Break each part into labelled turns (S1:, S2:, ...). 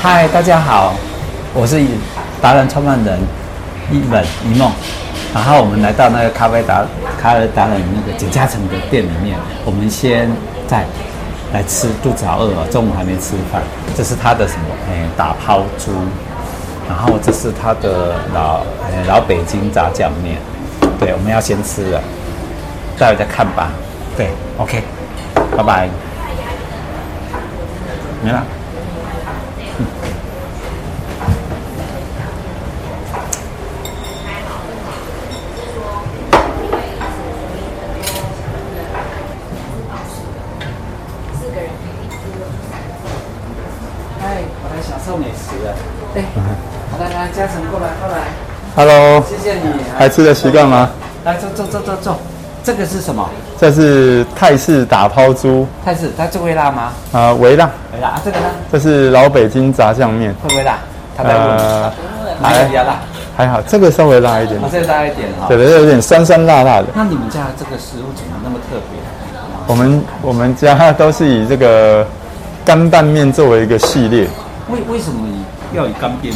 S1: 嗨，大家好，我是达人创办人一本一梦。然后我们来到那个咖啡达咖啡达人那个简嘉诚的店里面，我们先在来吃，肚子好饿哦，中午还没吃饭。这是他的什么？哎，打抛猪。然后这是他的老哎老北京炸酱面。对，我们要先吃了，待会再看吧。对，OK，拜拜。没了。嗨，哎我来享受美食了。
S2: 对，
S1: 好来来，嘉诚过来，过来，
S2: Hello，
S1: 谢谢你。
S2: 还吃得习惯吗？
S1: 来，坐坐坐坐坐。这个是什么？
S2: 这是泰式打抛猪
S1: 泰式，它这会辣吗？
S2: 啊，维、辣，
S1: 会辣啊，这个呢？
S2: 这是老北京炸酱面，
S1: 会不会辣？他在问
S2: 呃
S1: 你，哪个比较辣？
S2: 还好，这个稍微辣一点
S1: 我，再辣一点哈
S2: 对。的，有点酸酸辣辣的。
S1: 那你们家的这个食物怎么那么特别？
S2: 我们我们家都是以这个干拌面作为一个系列，
S1: 为为什么要以干煸面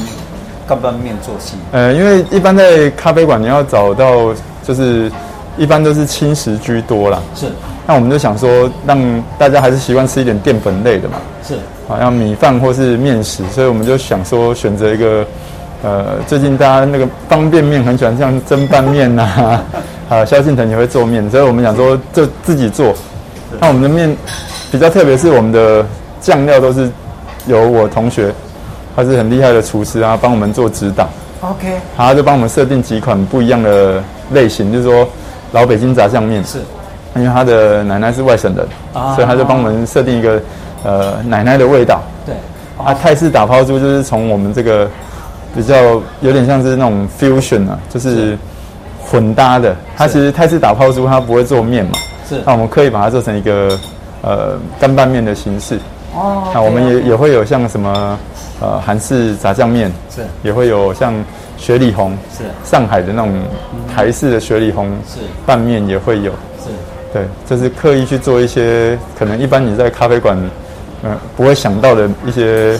S1: 干拌面做戏？
S2: 呃，因为一般在咖啡馆你要找到就是一般都是轻食居多啦，
S1: 是
S2: 那我们就想说让大家还是习惯吃一点淀粉类的嘛，
S1: 是，
S2: 好像米饭或是面食，所以我们就想说选择一个，呃，最近大家那个方便面很喜欢像蒸拌面呐、啊， 萧敬腾也会做面，所以我们想说就自己做。那我们的面比较特别，是我们的酱料都是由我同学，他是很厉害的厨师啊，帮我们做指导，
S1: OK
S2: 他就帮我们设定几款不一样的类型，就是说老北京炸酱面
S1: 是
S2: 因为他的奶奶是外省人，
S1: 啊
S2: 所以他就帮我们设定一个呃奶奶的味道。
S1: 对
S2: 啊，泰式打抛猪就是从我们这个比较有点像是那种 fusion 啊，就是混搭的。它
S1: 是
S2: 其实泰式打抛猪它不会做面嘛，
S1: 是
S2: 那我们刻意把它做成一个呃干拌面的形式。
S1: 哦
S2: 那我们也也会有像什么呃韩式炸酱面，
S1: 是
S2: 也会有像雪里红，
S1: 是
S2: 上海的那种台式的雪里红，
S1: 嗯是
S2: 拌面也会有。
S1: 是
S2: 对，就是刻意去做一些可能一般你在咖啡馆，嗯、不会想到的一些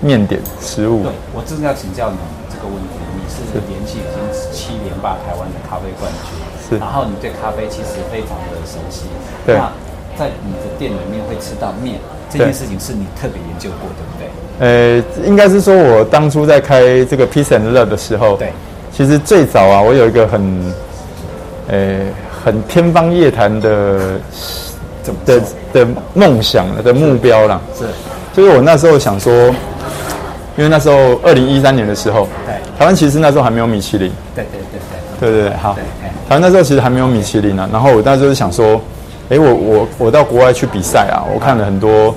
S2: 面点食物
S1: 对。，我正要请教你这个问题。你是连续已经七连霸台湾的咖啡冠军，
S2: 是
S1: 然后你对咖啡其实非常的熟悉。
S2: 对
S1: 那在你的店里面会吃到面这件事情，是你特别研究过，对不对？
S2: 呃，应该是说我当初在开这个 Peace and Love 的时候，
S1: 对，
S2: 其实最早啊，我有一个很，呃，很天方夜谭的
S1: 怎么
S2: 的
S1: 说
S2: 的梦想的目标啦。
S1: 是
S2: 就是我那时候想说，因为那时候二零一三年的时候，
S1: 对
S2: 台湾其实那时候还没有米其林，
S1: 对对对对，
S2: 对对对，好
S1: 对哎。
S2: 台湾那时候其实还没有米其林呢、然后我当时就是想说，诶，我我我到国外去比赛啊，我看了很多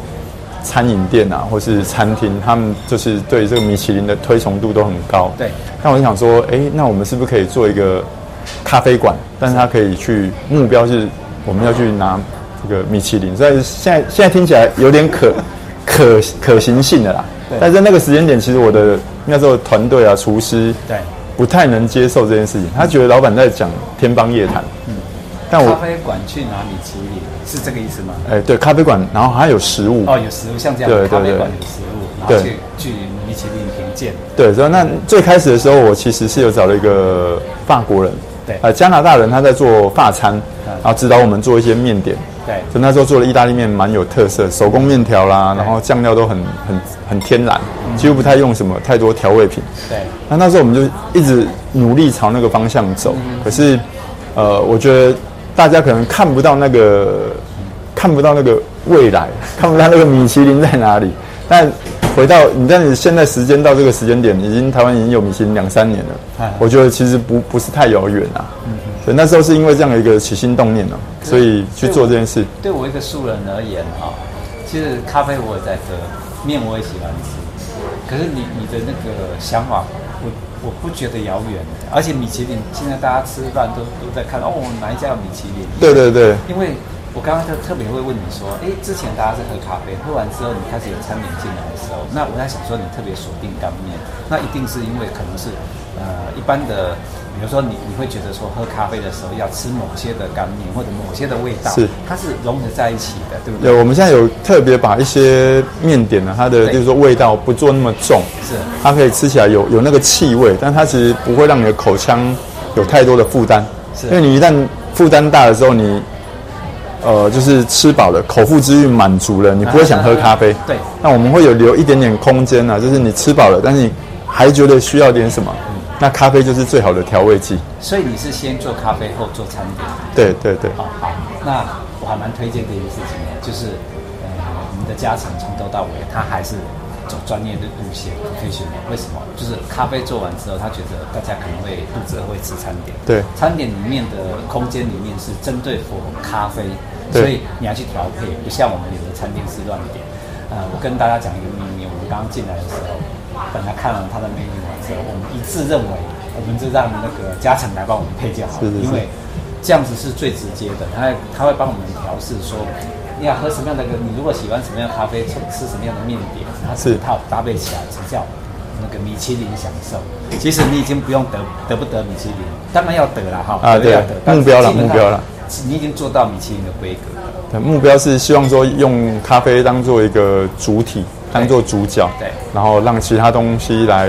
S2: 餐饮店啊，或是餐厅，他们就是对这个米其林的推崇度都很高。
S1: 对。
S2: 那我就想说，诶，那我们是不是可以做一个咖啡馆？但是它可以去目标是我们要去拿这个米其林，所以现在现在听起来有点可可可行性的啦
S1: 对。
S2: 但是那个时间点，其实我的那时候团队啊，厨师
S1: 对
S2: 不太能接受这件事情，他觉得老板在讲天方夜谭。但
S1: 嗯
S2: 我
S1: 咖啡馆去哪里处理是这个意思吗？
S2: 哎、对咖啡馆，然后还有食物，
S1: 哦，有食物，像这样
S2: 对
S1: 咖
S2: 对
S1: 啡
S2: 对
S1: 馆有食物，然后
S2: 对
S1: 去去米其林评鉴，
S2: 对，所以那最开始的时候，我其实是有找了一个法国人，
S1: 对
S2: 呃，加拿大人，他在做法餐，
S1: 嗯
S2: 然后指导我们做一些面点。
S1: 对
S2: 所以那时候做的意大利面蛮有特色，手工面条啦，然后酱料都很很很天然，
S1: 嗯
S2: 几乎不太用什么太多调味品。
S1: 对
S2: 那那时候我们就一直努力朝那个方向走，可是，呃，我觉得大家可能看不到那个看不到那个未来，看不到那个米其林在哪里。但回到你，但你现在时间到这个时间点，已经台湾已经有米其林两三年
S1: 嗯
S2: 了，我觉得其实不不是太遥远啊。所以那时候是因为这样的一个起心动念呢、哦所以去做这件事。
S1: 对我一个素人而言哈、其实咖啡我也在喝，面我也喜欢吃，可是你你的那个想法，我我不觉得遥远，而且米其林现在大家吃饭都都在看哦，哪一家有米其林？
S2: 对对对
S1: 因为我刚刚就特别会问你说，哎，之前大家是喝咖啡，喝完之后你开始有餐点进来的时候，那我在想说你特别锁定干面，那一定是因为可能是呃一般的，比如说你你会觉得说喝咖啡的时候要吃某些的干面或者某些的味道，
S2: 是
S1: 它是融合在一起的，对不对？
S2: 有，我们现在有特别把一些面点呢，它的
S1: 对
S2: 就是说味道不做那么重，
S1: 是
S2: 它可以吃起来有有那个气味，但它其实不会让你的口腔有太多的负担，
S1: 是
S2: 因为你一旦负担大的时候，你呃就是吃饱了，口腹之欲满足了，你不会想喝咖啡。
S1: 对
S2: 那我们会有留一点点空间呢、啊，就是你吃饱了，但是你还觉得需要点什么，
S1: 嗯
S2: 那咖啡就是最好的调味剂。
S1: 所以你是先做咖啡后做餐点。
S2: 对对对，
S1: 好好，那我还蛮推荐这件事情的，就是呃，我们的嘉诚从头到尾他还是走专业的路线，professional。为什么？就是咖啡做完之后，他觉得大家可能会肚子饿会吃餐点，
S2: 对
S1: 餐点里面的空间里面是针对火咖啡，
S2: 对
S1: 所以你要去调配，不像我们有的餐厅是乱点。呃，我跟大家讲一个秘密，我们刚刚进来的时候，本来看了他的 menu 完之后，我们一致认为，我们就让那个嘉诚来帮我们配就好了，
S2: 是是是
S1: 因为这样子是最直接的，他会他会帮我们调试说，哎你要喝什么样的个，你如果喜欢什么样的咖啡，吃吃什么样的面点，它整
S2: 是
S1: 套搭配起来，才叫那个米其林享受。其实你已经不用得得不得米其林，当然要得了哈，
S2: 啊
S1: 得要
S2: 对
S1: 得但是
S2: 目标
S1: 基
S2: 啦
S1: 本上
S2: 目标啦
S1: 你已经做到米其林的规格了。
S2: 对目标是希望说用咖啡当做一个主体，当做主角，
S1: 对
S2: 然后让其他东西来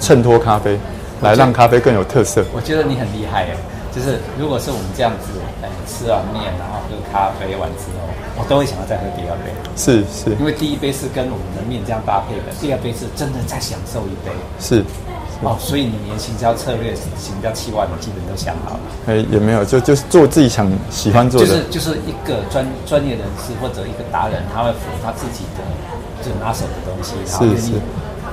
S2: 衬托咖啡，来让咖啡更有特色。
S1: 我觉得你很厉害哎，就是如果是我们这样子，哎，吃完面然后喝咖啡完之后，我都会想要再喝第二杯，
S2: 是是
S1: 因为第一杯是跟我们的面这样搭配的，第二杯是真的在享受一杯
S2: 是，嗯
S1: 哦，所以你连行销策略、行销计划你基本都想好了，
S2: 哎、也没有，就就是做自己想喜欢做
S1: 就
S2: 的，
S1: 是就是一个专专业人士或者一个达人，他会符合他自己的就拿手的东西，然后
S2: 是
S1: 愿
S2: 是
S1: 意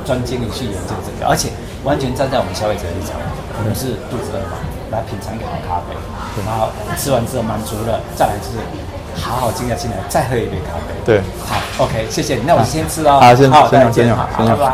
S1: 专精的去研究这个，而且完全站在我们消费者立场，我们是肚子饿嘛，来品尝一个好咖啡，然后吃完之后满足了，再来就是好好静下心来再喝一杯咖啡。
S2: 对
S1: 好，OK，谢谢你。那我先吃喽。
S2: 好先
S1: 好，
S2: 先
S1: 再
S2: 用先
S1: 见，
S2: 用
S1: 好，
S2: 先
S1: 好拜
S2: 用
S1: 拜。